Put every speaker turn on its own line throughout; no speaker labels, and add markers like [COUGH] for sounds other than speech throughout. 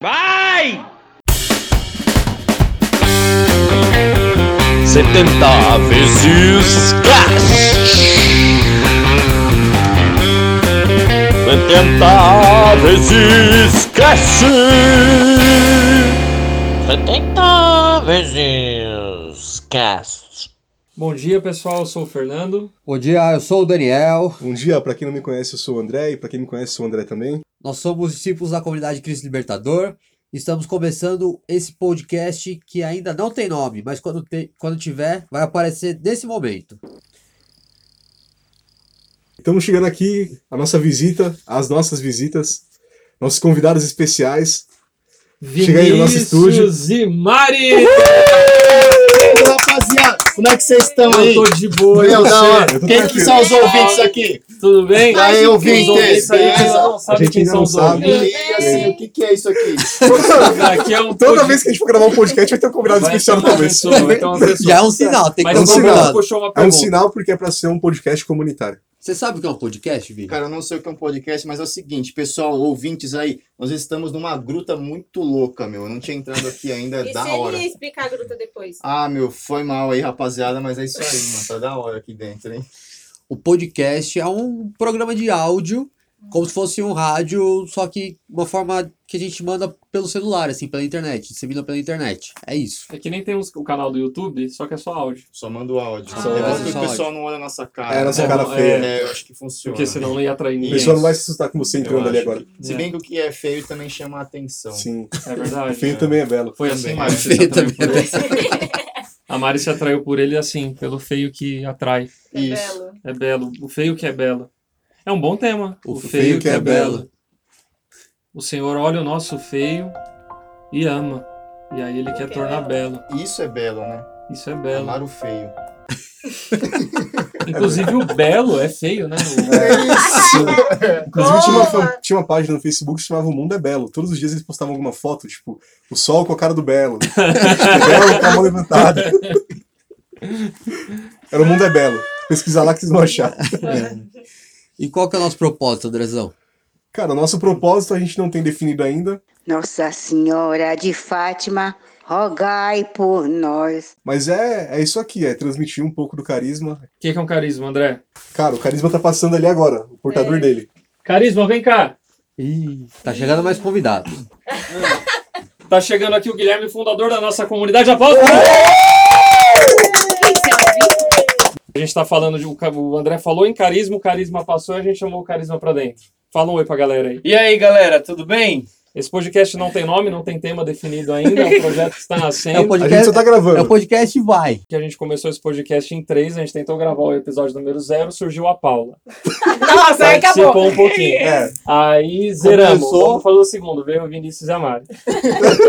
Vai!
70 vezes Clash 70 vezes Clash 70 vezes Cast
Bom dia, pessoal. Eu sou o Fernando.
Bom dia, eu sou o Daniel.
Bom Um dia, pra quem não me conhece, eu sou o André, e pra quem me conhece, eu sou o André também.
Nós somos discípulos da comunidade Cristo Libertador. Estamos começando esse podcast que ainda não tem nome, mas quando, te- quando tiver, vai aparecer nesse momento.
Estamos chegando aqui, a nossa visita, as nossas visitas, nossos convidados especiais. Chega aí no nosso
Vinícius e Mari!
Ô, rapaziada, como é que vocês estão
Eu
aí?
tô de boa. hein?
Meu, da hora.
Eu tô
Quem que
tranquilo.
são os ouvintes aqui?
Tudo bem?
Aí,
Os
ouvintes,
ouvintes aí,
beleza?
vocês não
A
sabem
gente
quem
ainda
são
não
os
sabe.
ouvintes.
E assim, o que que é isso aqui?
Aqui é um
Toda
podcast-
vez que a gente for gravar um podcast, vai ter um convidado
Vai
especial no
ter uma
começo.
pessoa, vai ter uma pessoa.
Já é um sinal, tem
Mas
que ter um
é
o
um sinal.
Bruno
convidado.
puxou uma
É um
pergunta.
sinal porque é pra ser um podcast comunitário.
Você sabe o que é um podcast, Vini?
Cara, eu não sei o que é um podcast, mas é o seguinte, pessoal, ouvintes aí, nós estamos numa gruta muito louca, meu. Eu não tinha entrado aqui ainda, é
E
da
se
hora.
ele explicar a gruta depois? tá
Ah, meu, foi mal aí, rapaziada, mas é isso aí, mano. Tá da hora aqui dentro, hein?
O podcast é um programa de áudio, como se fosse um rádio, só que uma forma que a gente manda pelo celular, assim, pela internet, dissemina pela internet. É isso.
É que nem tem os- o canal do YouTube, só que é só áudio.
Só manda o áudio.
Só
é
o
bom
áudio,
que
só
o
o
pessoal não olha a nossa cara.
É, a nossa
né?
cara feia.
É, eu acho que funciona.
Porque senão não ia atrair
A
ninguém.
pessoa não vai se assustar com você entrando
Eu
ali
acho
agora.
Se bem que o que é feio também chama a atenção.
Sim.
É
O
verdade.
feio também é belo.
Foi
Também.
assim, Mari. você se
Feio
atraiu
também.
por ele? A Mari se atraiu por ele assim, pelo feio que atrai.
É
Isso.
belo.
É belo. O feio que é belo. É um bom tema.
O feio que é belo.
O Senhor olha o nosso feio e ama. E aí ele
O
quer
que é
tornar belo.
Isso é belo, né?
Isso é belo.
Amar o feio.
Inclusive o belo é
[LAUGHS]
feio, né?
Inclusive, tinha uma, fa-
Boa!
tinha uma página no Facebook que chamava O Mundo é Belo. Todos os dias eles postavam alguma foto, tipo, o sol com a cara do Belo. [LAUGHS] o Belo com a mão levantada. Era O Mundo é Belo. Pesquisar lá que vocês vão achar.
[LAUGHS] E qual que é o nosso propósito, Andrezão?
Cara, nosso propósito a gente não tem definido ainda,
Nossa Senhora de Fátima, rogai por nós.
mas é, é isso aqui, é transmitir um pouco do carisma.
O que que é um carisma, André?
Cara, o carisma tá passando ali agora, o portador
É.
dele.
Carisma, vem cá.
Tá chegando mais convidado.
Tá chegando aqui o Guilherme, fundador da nossa comunidade. Aplausos! A gente tá falando de. o ca- O André falou em carisma, o carisma passou e a gente chamou o carisma pra dentro. Fala um oi pra galera aí.
E aí, galera, tudo bem?
Esse podcast não tem nome, não tem tema definido ainda, é um projeto que está
[LAUGHS] É o
nascendo.
A gente
podcast,
só tá
é o
gravando.
podcast vai.
que a gente começou esse podcast em três, a gente tentou gravar o episódio número zero, surgiu a Paula.
Nossa, aí acabou.
Participou um pouquinho.
É,
Aí zeramos.
Começou.
Vamos fazer o segundo, veio o Vinícius e a Mari.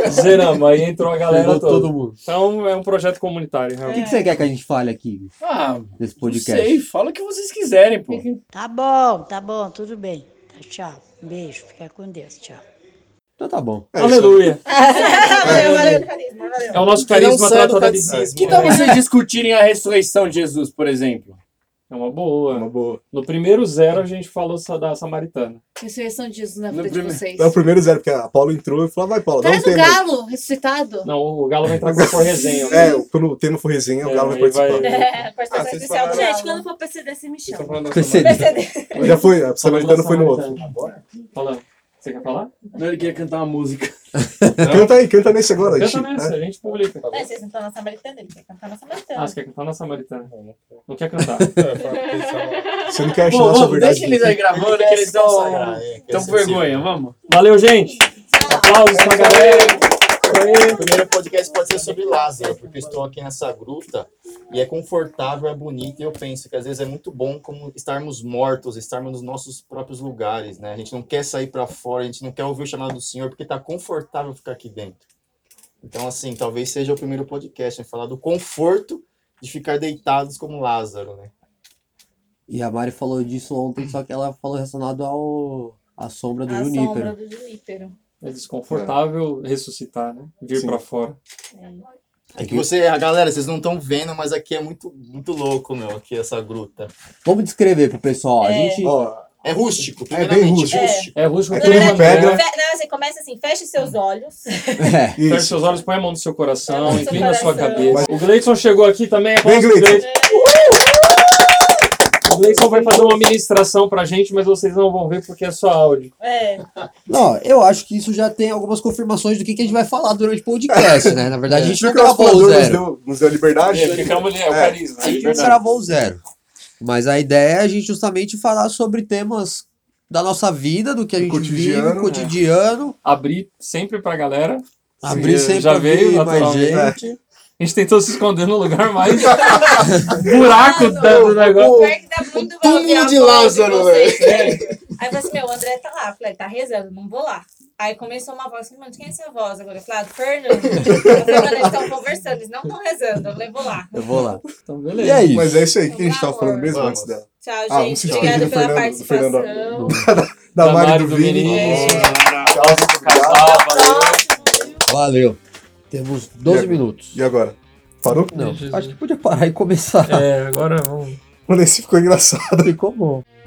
zeramos, aí entrou a galera
Chegou
toda.
todo mundo.
Então é um projeto comunitário,
O
realmente.
que, que você quer que a gente fale aqui
Ah,
nesse
não
podcast?
sei, fala o que vocês quiserem, pô.
Tá bom, tá bom, tudo bem. Tá, Tchau. Um Beijo, fica com Deus, tchau.
Então tá bom.
é isso.
Aleluia.
Valeu, valeu, carisma, valeu.
É o nosso
Que não
carisma
sai do
tratado de
catecismo,
cisma,
Que tal
né?
vocês discutirem a ressurreição de Jesus, por exemplo?
É uma
É
boa.
uma boa.
No primeiro zero a gente falou só da samaritana.
Ressurreição de Jesus na
No
vida de
primeiro-
vocês.
É o primeiro zero, porque a Paula entrou e falou, "Ah, vai Paula, dá um
Traz o
tema. aí."
galo ressuscitado.
Não, o Galo vai entrar com a resenha. né? É,
É, quando o tema for resenha, o Galo vai
ele
participar.
É, participação
Ah, vocês
especial do
falaram-
Galo.
for PCD, você me
Tô falando da
Percebi.
Já foi, a
Falando da
Samaritana foi no outro.
Samaritana. Falando. Você quer falar?
Não, ele queria cantar uma música.
[LAUGHS] Canta aí, canta nesse agora. né? a
Canta
gente-
nessa, assim, a gente publica.
É, vocês não estão na Samaritana, ele quer cantar na Samaritana.
Ah, você quer cantar na Samaritana? Não quer cantar.
[LAUGHS]
é. Você não quer achar
Bom,
nossa
vamos,
verdade.
deixa eles aí gravando, Tá né, que eles estão
Então,
com vergonha, vamos.
Valeu, gente! Aplausos pra galera!
O primeiro podcast pode ser sobre Lázaro, porque eu estou aqui nessa gruta e é confortável, é bonito, e eu penso que às vezes é muito bom como estarmos mortos, estarmos nos nossos próprios lugares, né? A gente não quer sair para fora, a gente não quer ouvir o chamado do Senhor, porque tá confortável ficar aqui dentro. Então, assim, talvez seja o primeiro podcast, né? Falar do conforto de ficar deitados como Lázaro, né?
E a Mari falou disso ontem, só que ela falou relacionado ao a sombra do
A sombra
Junípero.
do Junípero.
É desconfortável ressuscitar, né? Vir
Sim.
pra fora.
É que você, a galera, vocês não estão vendo, mas aqui é muito, muito louco, meu, aqui essa gruta.
Vamos descrever pro pessoal. A
É.
gente
Ó,
É rústico,
bem
primeiramente.
rústico.
rústico.
É rústico.
É
que
tudo
tem
de
uma
pedra.
mulher.
Fe- Não, você começa assim, feche seus olhos.
[LAUGHS] É.
Feche
Isso. É,
seus olhos, põe a mão no seu coração,
Põe a mão no seu
inclina a sua
coração.
cabeça. O Gleison chegou aqui também. é
Vem,
nosso
Gleison.
O Gleison vai fazer uma ministração pra gente, mas vocês não vão ver porque é só áudio.
É.
Não, eu acho que isso já tem algumas confirmações do que, que a gente vai falar durante o podcast, né? Na verdade, a
É.
gente não gravou o
microfolador nos
zero.
deu, nos deu liberdade.
Ficamos ali, é o
É.
carisma.
A gente não gravou o zero. Mas a ideia é a gente justamente falar sobre temas da nossa vida, do que a
Do
gente
cotidiano,
vive,
né?
cotidiano.
abrir sempre pra galera.
Abrir
Sim,
sempre
já
pra
veio
vir mais
naturalmente.
gente.
A gente tentou se esconder no lugar
[LAUGHS]
mais buraco do do negócio.
Pior que dá muito
túmulo
valor a
de
voz
Lázaro,
vocês, sério. É. Aí eu falei assim, meu, o André tá lá. Eu Falei, tá rezando, não vou lá. Aí começou uma voz, falei, mano, quem é essa voz agora? Eu falei, ah, do Fernando. Eu falei, mano, eles estão conversando, eles não estão rezando. Eu falei, vou lá.
Eu vou lá.
Então,
E
beleza.
é isso.
Mas é isso aí. O que a gente tava falando mesmo
Vamos.
antes dela?
Tchau,
Ah, vamos se
gente.
despedir
Obrigada
do
pela
Fernando- do Fernando-
participação. É.
Da
Damari
Mari do Vini. É.
Vini.
Nossa,
Casal, valeu.
Valeu. Temos 12
E agora?
minutos.
E agora? Parou?
Não, acho que podia parar e começar.
É, agora vamos.
Mano, esse ficou
[LAUGHS]
engraçado.
Ficou bom.